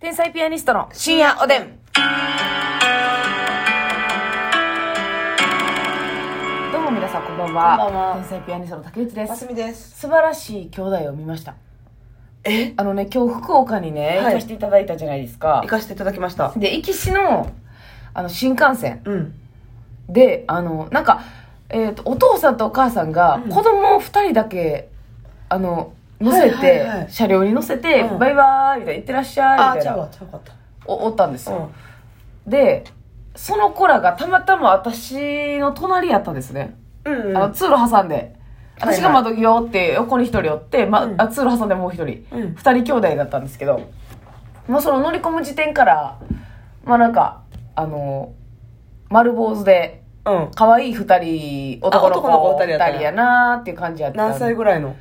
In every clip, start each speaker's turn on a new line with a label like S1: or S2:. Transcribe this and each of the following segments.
S1: 天才ピアニストの深夜おでん。どうも皆さんこんばんは。
S2: こんばんは
S1: 天才ピアニストの竹内で
S2: ますす。みです。
S1: 素晴らしい兄弟を見ました。
S2: え
S1: あのね、今日福岡にね、
S2: はい
S1: 行かせていただいたじゃないですか
S2: 行。かせていただきました。
S1: で、行きしの、あの、新幹線。
S2: うん。
S1: であのなんか、えー、とお父さんとお母さんが
S2: うん
S1: 子供を2人だけ、あの乗せて、
S2: はいはいはい
S1: 車両に乗せて、
S2: うん
S1: バイバーイみたいな「行ってらっしゃい」みたいな
S2: わ、ちゃうかった。
S1: おおったんです
S2: う
S1: よ、
S2: ん。
S1: でその子らがたまたま私の隣やったんですね、
S2: うん、
S1: あの通路挟んで
S2: はいはい
S1: 私が窓際おって横に1人おって、ま
S2: うん
S1: あ、通路挟んでもう1人、
S2: うん
S1: 2人兄弟だったんですけど、まあ、その乗り込む時点からまあなんかあの丸坊主で。
S2: うん。
S1: 可愛い二人、男の子
S2: あ男の子二人
S1: 二
S2: やったんや
S1: 人やなーっていう感じやったんで。
S2: 何歳ぐらいの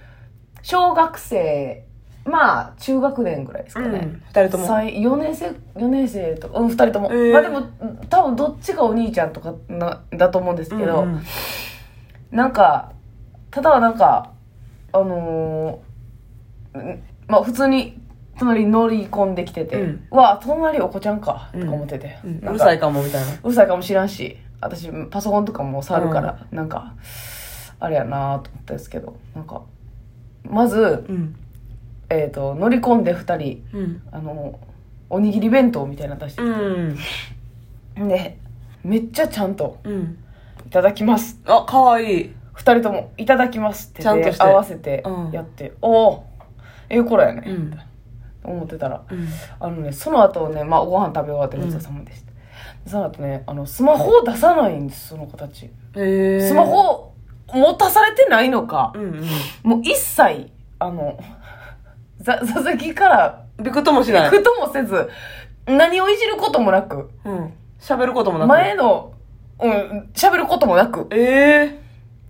S1: 小学生、まあ、中学年ぐらいですかね。
S2: 二人とも。
S1: 三4年生、四年生とか、うん、二人とも。
S2: えー
S1: まあでも、多分どっちがお兄ちゃんとかな、だと思うんですけど、
S2: うんうん
S1: なんか、ただなんか、あのーんまあ普通に、隣に乗り込んできてて、
S2: う
S1: うんわ、隣お子ちゃんか、
S2: うん
S1: とか思ってて。
S2: うん
S1: な
S2: うんる
S1: か
S2: さいかもみたいな。
S1: うるさいかもしらんし私パソコンとかも触るから、なんかあれやなと思ったんですけどなんかまず、
S2: うん。
S1: えー、と乗り込んで2人
S2: うん。
S1: あのおにぎり弁当みたいなの出して
S2: う、ん。
S1: でめっちゃちゃんと
S2: うん。
S1: 「いただきます
S2: あ、かわいい。」
S1: 2人とも「いただきます」って
S2: ちゃんとして
S1: 合わせて
S2: うん
S1: やって「おおええこれやね」
S2: うん
S1: 思ってたら
S2: うん。
S1: あのねその後ね、まあ、ご飯食べ終わってごちそうさまでした、でその後ねあのスマホを出さないんですその子たち
S2: えー。
S1: スマホ持たされてないのか
S2: う、んうん。
S1: もう一切、あの、 ざ座席から、
S2: びくともしない。
S1: ふともせず、何をいじることもなく、
S2: うん。喋ることもなく。
S1: 前の、うん、喋ることもなく、
S2: え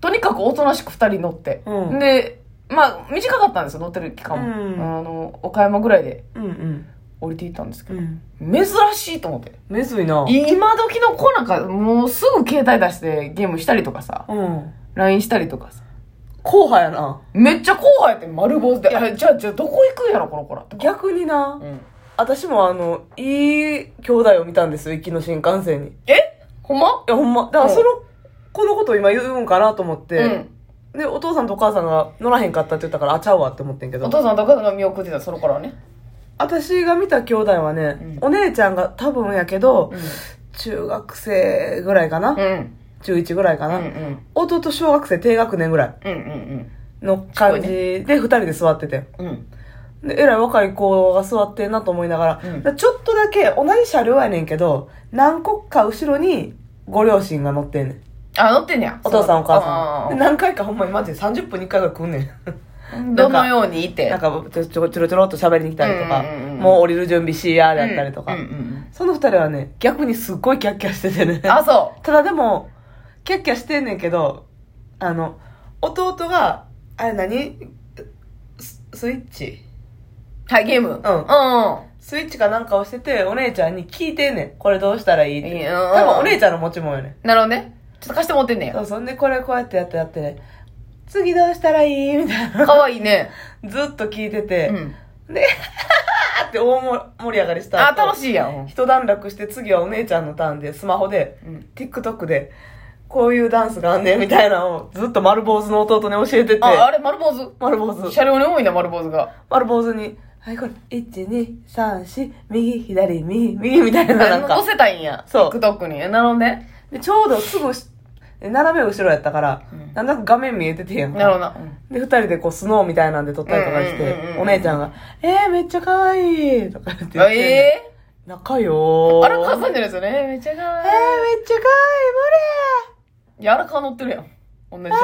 S1: とにかくおとなしく二人乗って。
S2: うん
S1: で、まあ、短かったんですよ、乗ってる期間も。
S2: うん
S1: あの、岡山ぐらいで
S2: ー。うん
S1: 降りていったんですけ
S2: うん。
S1: ど、
S2: うん。
S1: 珍しいと思って。
S2: めずいな。
S1: 今時の子なんか、もうすぐ携帯出してゲームしたりとかさ、
S2: うん。
S1: LINE したりとかさ。
S2: 後輩やな。
S1: めっちゃ後輩やってん丸坊主で。あれ、じゃあ、じゃあ、どこ行くんやろ、この子らって。
S2: 逆にな。
S1: うん。
S2: 私もあの、いい兄弟を見たんですよ、行きの新幹線に。
S1: えほんま
S2: いや、ほんま。だから、
S1: うん
S2: その、このことを今言うんかなと思って、
S1: うん。
S2: で、お父さんとお母さんが乗らへんかったって言ったから、あ、ちゃうわって思ってんけ
S1: お
S2: ど、
S1: 父さんとお母さんが見送ってた、その頃はね。
S2: 私が見た兄弟はね、
S1: うん
S2: お姉ちゃんが多分やけど、
S1: うん。
S2: 中学生ぐらいかな、
S1: うん。
S2: 中1ぐらいか
S1: うん。う
S2: な、
S1: ん。
S2: 弟小学生低学年ぐらい
S1: うん。うん。
S2: の感じで、二人で座ってて。
S1: うん。
S2: で、えらい若い子が座ってんなと思いながら、
S1: うん
S2: でちょっとだけ同じ車両やねんけど、何個か後ろにご両親が乗ってんねん。
S1: あ、乗ってんねや。
S2: お父さんお母
S1: あ
S2: さん。で
S1: ー
S2: 何回かほんまにマジで30分に1回が来んねん。
S1: どのようにいて。
S2: なんかちょちょちょろちょろっと喋りに来たりとか、
S1: うんうんうんうん
S2: もう降りる準備 CR
S1: うん、
S2: やったりとか、
S1: うんうん
S2: その二人はね逆にすっごいキャッキャしててね
S1: うん。あ、そ
S2: ただでもキャッキャしてんねんけどあの弟があれ何ススイッチ
S1: う。はい、ゲーム。うん。う
S2: スイッチかなんかをしててお姉ちゃんに聞いてんねんこれどうしたらいいっ
S1: い
S2: て
S1: や
S2: 多分お姉ちゃんの持ち物やねん
S1: ん。なるほどね。ちょっと貸して持ってんね
S2: そ
S1: や。
S2: うそんでこれこうやってやってやってね次どうしたらいいみたいな
S1: かわいい ね。
S2: ずっと聞いてて、
S1: うん。
S2: であって大盛り上がりした
S1: あ、
S2: 後
S1: 楽しいやん。
S2: 一段落して次はお姉ちゃんのターンでスマホで
S1: うん
S2: TikTok でこういうダンスがあんねんみたいなのをずっと丸坊主の弟に教えてて
S1: あ、あれ、丸坊主。
S2: 丸坊主
S1: 車両に多いな、丸坊主が。
S2: 丸坊主に「はいこれ1234右左右右」みたいななん
S1: 乗
S2: か
S1: せたいんや。
S2: そう
S1: TikTok に。なるほどね。
S2: でちょうどすぐし斜め後ろやったから、
S1: うん
S2: なんとなく画面見えててやんか
S1: なるほどな。
S2: で二人でこうスノーみたいなんで撮ったりとかし
S1: う
S2: て、
S1: んうんうんうんうん
S2: お姉ちゃんが「えー、めっちゃ可愛いとか言って言ってんねん
S1: え
S2: 仲
S1: え
S2: よー
S1: あらかさんじゃないですよね。めっちゃ可
S2: えー、
S1: 愛い。
S2: めっちゃ可愛い無理
S1: いや、荒川乗ってるやん。同じ車両。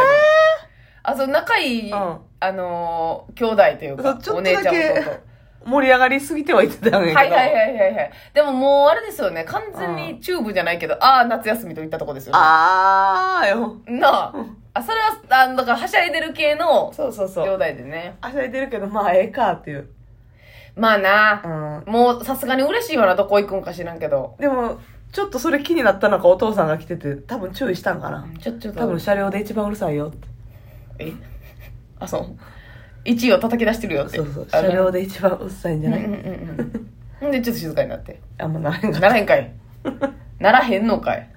S1: あ、そう、仲いい、
S2: うん
S1: あのー、兄弟という
S2: そ
S1: か
S2: う、ちょっ
S1: お
S2: とだ
S1: 姉
S2: け
S1: ちゃん弟。
S2: 盛り上がりすぎてはいてたんやけど。
S1: はいはいはいはいはい。でももう、あれですよね。完全にチューブじゃないけど、ああ、夏休みといったとこですよね。
S2: あーよ。
S1: なあ
S2: うん。
S1: あ、それは、あの、だから、はしゃいでる系の
S2: そうそうそ
S1: 兄弟
S2: う。
S1: でね。
S2: あしゃいてるけど、まあ、ええかっていう。
S1: まあな
S2: う、ん。
S1: もう、さすがに嬉しいわな、どこ行くんか知らんけど。
S2: でも、ちょっとそれ気になったのか、お父さんが来てて、多分注意したんかな。
S1: ちょ、ちょっと。
S2: 多分車両で一番うるさいよって。
S1: え あ、そう。1位を叩き出してるよって。
S2: そうそう。
S1: あ
S2: 車
S1: の
S2: 両で一番うるさいんじゃな
S1: う
S2: い
S1: んうんうんうんんでちょっと静かになって。
S2: あんまなれんかっ
S1: ならへんかい。ならへんのかい。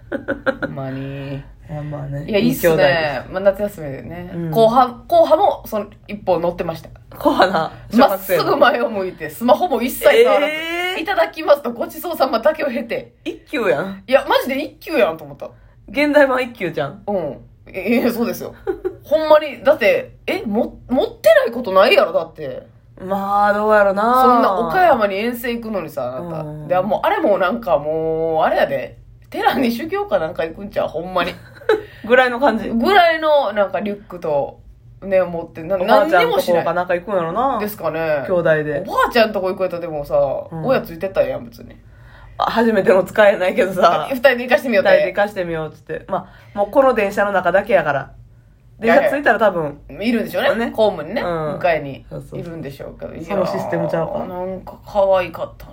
S1: ほんま に。
S2: たいやまあね
S1: いや、いいっ
S2: 兄
S1: す
S2: 弟で
S1: ね。まあ、夏休みでね。
S2: うん
S1: 後半、後半も、その、一歩乗ってました。
S2: すコアな小
S1: まっ
S2: 学
S1: す
S2: 生
S1: ぐ
S2: の
S1: 前を向いて、スマホも一切触らず、
S2: え ー
S1: いただきますとごちそうさまだけを経て、
S2: 一級やん
S1: いや、マジで一級やんと思った。
S2: 現代版一級じゃん
S1: うん。ええそう ですよ。ほんまに、だって、え、も、持ってないことないやろ、だって。
S2: まあどうやろな
S1: そんな岡山に遠征行くのにさ、あ
S2: う
S1: なんた。で、もう、あれもなんかもう、あれやで、寺に修行かなんか行くんちゃう、ほん まに。
S2: ぐらいの感じ
S1: ぐらいの、なんかリュックと、ね、持って、な
S2: おばあ
S1: 何
S2: ちゃ
S1: に
S2: んと
S1: もし
S2: こか
S1: ない。
S2: なんか行くんやろな
S1: ですかね。
S2: 兄弟
S1: お
S2: で
S1: ばあちゃんとこ行くやったらでもさ、
S2: うん
S1: 親ついてったらええやん、別に。
S2: あ初めての使えないけ どさ
S1: 二人で行かしてみよ
S2: 二
S1: うっ
S2: 人で行
S1: て。
S2: かしてみようっつってまあもうこの電車の中だけやから電
S1: いやい
S2: 車
S1: や
S2: 着いたら多分
S1: いるんでしょうね。
S2: ね
S1: 公務にね、
S2: うん
S1: 迎えに
S2: そうそう
S1: いるんでしょうけど。いやー
S2: そのシステムちゃうか
S1: なんか可愛かったな。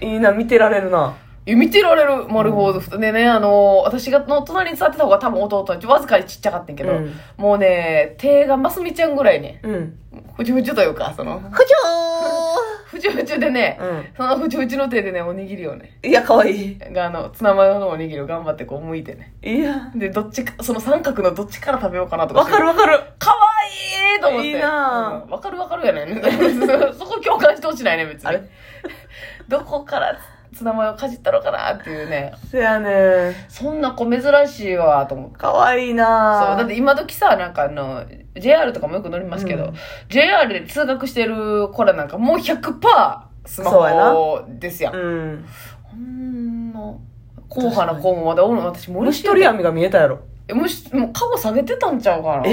S2: いいな見てられるない
S1: や見てられる、丸坊主。でね、あのー、私がの隣に座ってた方が多分弟はちょわずかにちっちゃかったんやけど、
S2: うん
S1: もうね、手がますみちゃんぐらいね、
S2: うん
S1: ふちゅふちゅというか、その、
S2: ふち
S1: ふちゅふちゅでね、
S2: ょー
S1: そのふちゅふちゅの手でね、おにぎりをね、
S2: うんいや可愛い
S1: があのツナマヨのおにぎりを頑張ってこう剥いてね
S2: いや
S1: でどっちかその三角のどっちから食べようかなとか
S2: わかるわかる
S1: かわいいと思って
S2: いいなぁ
S1: うんわ、 かるわかるやねそこ共感してほしないね別
S2: あ
S1: に
S2: れ
S1: どこからツナマヨかじったのかなっていうね
S2: せやね
S1: そんな子珍しいわと思って
S2: 可愛い
S1: そう
S2: な
S1: だって今時さなんかあの JR とかもよく乗りますけど、
S2: うん
S1: JR で通学してる子らなんかもう100%スマ
S2: そうやな
S1: ホですやん
S2: うん
S1: ほんの硬派な子もまだおるの私森
S2: 虫取り網が見えたやろ
S1: えもし、もう、カゴ下げてたんちゃうかな。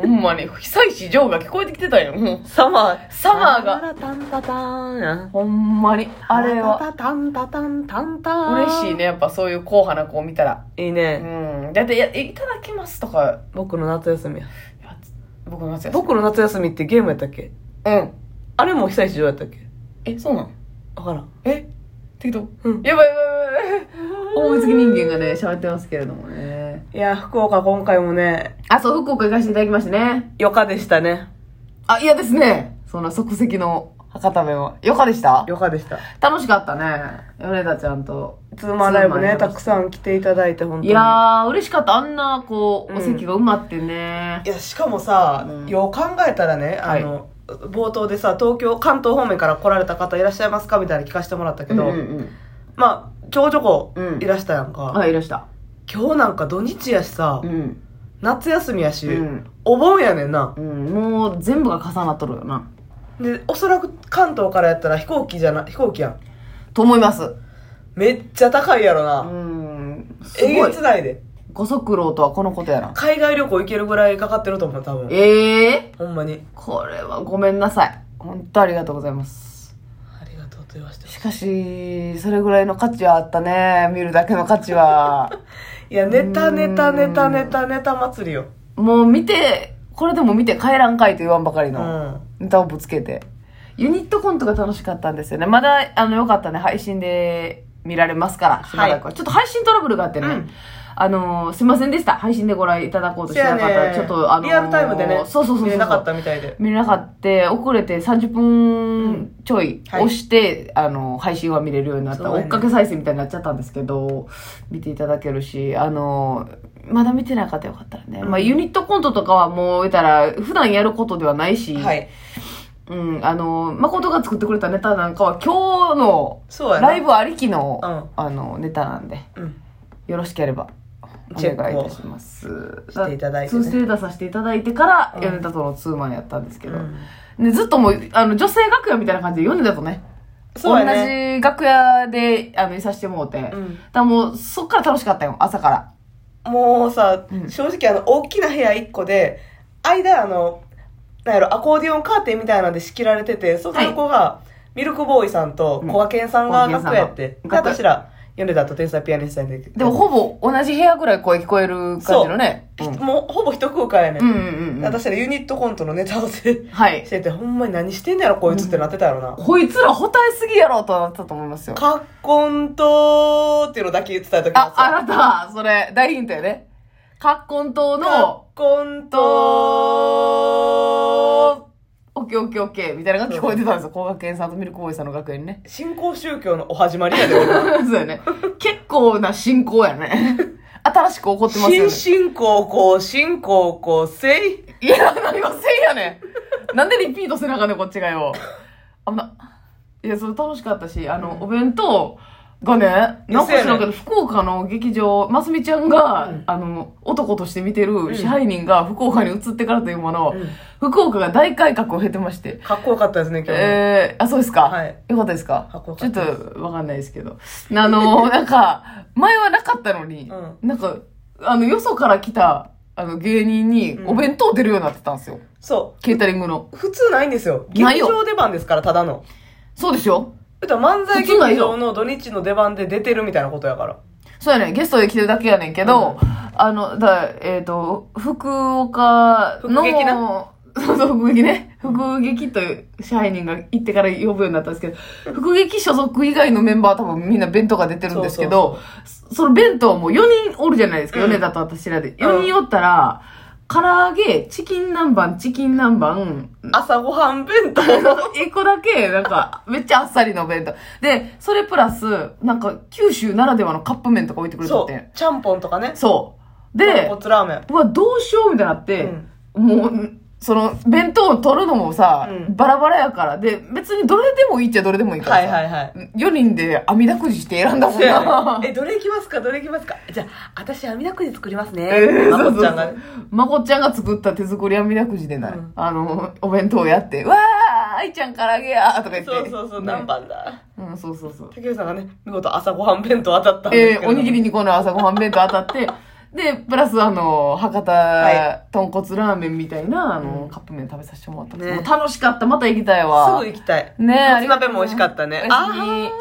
S1: ほんまに、被災市場が聞こえてきてたんよ、もう。
S2: サマー
S1: サマー
S2: タ
S1: が。
S2: ラタンタタンやん
S1: ほんまに、あれは。
S2: タタンタタンタンタン
S1: 嬉しいね、やっぱそういう硬派な子を見たら。
S2: いいうね
S1: ん。だって、いやいただきますとか、
S2: 僕の夏休みや
S1: やつ僕のやつや。
S2: 僕の夏休みってゲームやったっけ
S1: うん。
S2: あれも久石城やったっけ
S1: え、そうなん
S2: わからん
S1: え適当
S2: うん
S1: やばいやばいやばい。思いつき人間がね、喋ってますけれどもね。
S2: いや福岡今回もね
S1: あ、そう、福岡行かせていただきましたね。
S2: よかでしたね
S1: あ、いやですね。その即席の博多弁は。よかでした
S2: よかでした
S1: 楽しかったね。米田ちゃんと。
S2: ツーマンライブ
S1: ツーマンライ
S2: ね
S1: ブ
S2: たくさん来ていただいて本当に
S1: いやー、嬉しかった。あんな、こう、
S2: うん
S1: お席が埋まってね。
S2: いやしかもさ、
S1: うん
S2: よう考えたらねあ
S1: はい
S2: の、冒頭でさ東京関東方面から来られた方いらっしゃいますかみたいなの聞かせてもらったけ
S1: うんう
S2: ど、
S1: ん
S2: まあ長女子
S1: うん
S2: いらしたやんか、
S1: うん。あ、いらした。
S2: 今日なんか土日やしさ、
S1: うん。
S2: 夏休みやし、
S1: うん。
S2: お盆やねんな
S1: うん。もう、全部が重なっとるよな。
S2: でおそらく関東からやったら飛行機じゃな飛行機やん
S1: と思います。
S2: めっちゃ高いやろ
S1: う
S2: な、
S1: ん。す
S2: え
S1: ご
S2: げ
S1: い
S2: つ。ないで
S1: ご足労とはこのことやな。
S2: 海外旅行行けるぐらいかかってると思う多分
S1: ええ
S2: ほんまに
S1: これはごめんなさい。本当ありがとうございます。
S2: ありがとうと言わせて
S1: しかし、それぐらいの価値はあったね。見るだけの価値 は。
S2: いやネタネタネタネタネタ祭りよ
S1: もう見て、これでも見て帰らんかいと言わんばかり
S2: う
S1: の。
S2: ん
S1: ネタをぶつけて。ユニットコントが楽しかったんですよね。まだ、あの、よかったね。配信で見られますから、しばらくは。ちょっと配信トラブルがあってね。
S2: うん
S1: あのーすいませんでした。配信でご覧いただこうとしてなかっ
S2: せや
S1: た。
S2: ね
S1: ちょっと、あのー
S2: リアルタイムでね
S1: そうそうそうそう。
S2: 見れなかったみたいで
S1: 見れなかった。遅れて30分ちょい
S2: はい
S1: 押して、あの、配信は見れるようになっ
S2: そ
S1: た。
S2: うや
S1: 追
S2: ね
S1: っかけ再生みたいになっちゃったんですけど、見ていただけるし、あの、まだ見てない方よかったらね。まあ、
S2: うん
S1: ユニットコントとかはもう、言ったら、普段やることではないし、
S2: はい
S1: うん、あの、誠が作ってくれたネタなんかは今日の
S2: そうやな
S1: ライブありきの、
S2: うん
S1: あの、ネタなんで、
S2: うん
S1: よろしければ。お
S2: チ
S1: 願
S2: ェック
S1: い
S2: を
S1: いたします。
S2: していただいてね
S1: ツーステータさせていただいてから、
S2: うん
S1: ヨネタとのツーマンやったんですけど、
S2: うん
S1: ね、ずっともう、あの、女性楽屋みたいな感じで読んでたとね。
S2: そうやね
S1: 同じ楽屋で、あの、いさせてもうて。
S2: うん
S1: だからもう、そっから楽しかったよ、朝から。
S2: もうさ、
S1: うん
S2: 正直あの大きな部屋1個で間あのなんやろアコーディオンカーテンみたいなんで仕切られててその横が、ミルクボーイさんと
S1: うん
S2: こがけんさんが
S1: こがけん
S2: 楽
S1: さん
S2: 屋
S1: が
S2: やって、で
S1: 楽屋
S2: 私ら米田と天才ピアニストやねん
S1: でも、ほぼ同じ部屋ぐらい声聞こえる感じのね。
S2: ひ
S1: う
S2: もうほぼ一空間やねん、
S1: んうんうんうん。
S2: 私らユニットコントのネタ合わせし
S1: はい。
S2: ててほんまに何してんねやろこいつってなってたやろな、
S1: こいつらほたえすぎやろとはなってたと思いますよ。
S2: カッコンとーっていうのだけ言ってた時
S1: あ、あ
S2: っ
S1: なた、それ、大ヒントやね。カッコン島
S2: カッ
S1: の、
S2: コンとー
S1: おッケーオッケーオッケーみたいなのが聞こえてたんですよ。高学園さんとミルクボーイさんの学園ね。
S2: 新興宗教のお始まりやで、 俺は
S1: そうよね。結構な進行や ね。新しく起こってますよ
S2: 新
S1: ね。
S2: 進高校、新高校、せい。
S1: いや、なりませんやねん。なんでリピートせなあかんねん、こっちがよ。あんな、いや、それ楽しかったし、あの、お弁当がね、なんか知らんけど、福岡の劇場、ますみちゃんが、
S2: うん
S1: あの、男として見てる支配人が福岡に移ってからというもの、福岡が大改革を経てまして、
S2: かっこよかったですね、今日。
S1: えー、あ、そうですか、
S2: はい
S1: よかったですか
S2: かっこよ
S1: ちょ
S2: か
S1: っ
S2: っ
S1: た
S2: です
S1: とわかんないですけど。あの、 なんか、前はなかったのに、
S2: う
S1: なんか、あの、よそから来た、あの、芸人に
S2: うん
S1: お弁当出るようになってたんですよ。
S2: そ
S1: ケータリングの。
S2: う。普通ないんですよ。
S1: ない
S2: 劇
S1: よ
S2: 場出番ですから、ただの。
S1: そうでしょ
S2: だから漫才
S1: 普通ない
S2: 劇
S1: よ
S2: 場の土日の出番で出てるみたいなことやから。
S1: そうやね、ゲストで来てるだけやねんけど、あの、だ、えっ、と、福岡の、
S2: 福劇な
S1: そうそう、福劇ね。福劇という支配人が行ってから呼ぶようになったんですけど、福劇所属以外のメンバーは多分みんな弁当が出てるんですけど、そその弁当も4人おるじゃないですか、
S2: うん
S1: 米田と私らで。4人おったら、唐揚げ、チキン南蛮、チキン南蛮、
S2: 朝ごはん弁 当。
S1: 一個だけ、なんか、めっちゃあっさりの弁当。で、それプラス、なんか、九州ならではのカップ麺とか置いてくれたっ
S2: そ
S1: て
S2: う。。ちゃんぽんとかね。
S1: そう。
S2: 豚
S1: で、
S2: 骨ラーメン。
S1: うわ、どうしようみたいになって、もう、その、弁当を取るのもさ、
S2: うん
S1: バラバラやから、で、別にどれでもいいっちゃどれでもいいから
S2: は
S1: さ。
S2: いはいはい。
S1: 4人で網だくじして選んだもん
S2: そうや
S1: な。
S2: ねえ、どれいきますかどれいきますかじゃあ、私、網だくじ作りますね。
S1: えー
S2: まこちゃん
S1: そうそ
S2: が
S1: うそうまこちゃんが作った手作り網だくじでない、
S2: うん
S1: あの、お弁当をやって、うわー、愛ちゃん唐揚げやーとか言って。
S2: そうそうそう、
S1: ね
S2: 何番だ。
S1: うん、そうそうそう。
S2: 竹内さんがね、見事朝ごはん弁当当 たったんです
S1: え
S2: け
S1: ー
S2: ど。
S1: おにぎり2個の朝ごはん弁当当たって、で、プラスあの、博多
S2: は
S1: 豚骨ラーメンみたいな、あ
S2: う
S1: の
S2: ん、
S1: カップ麺食べさせてもらったんです
S2: ね
S1: もう楽しかった、また行きたい
S2: す
S1: わ。
S2: ぐ行きたい。
S1: ねえ、
S2: もつ鍋も美味しかったね。あ
S1: ありがとうございます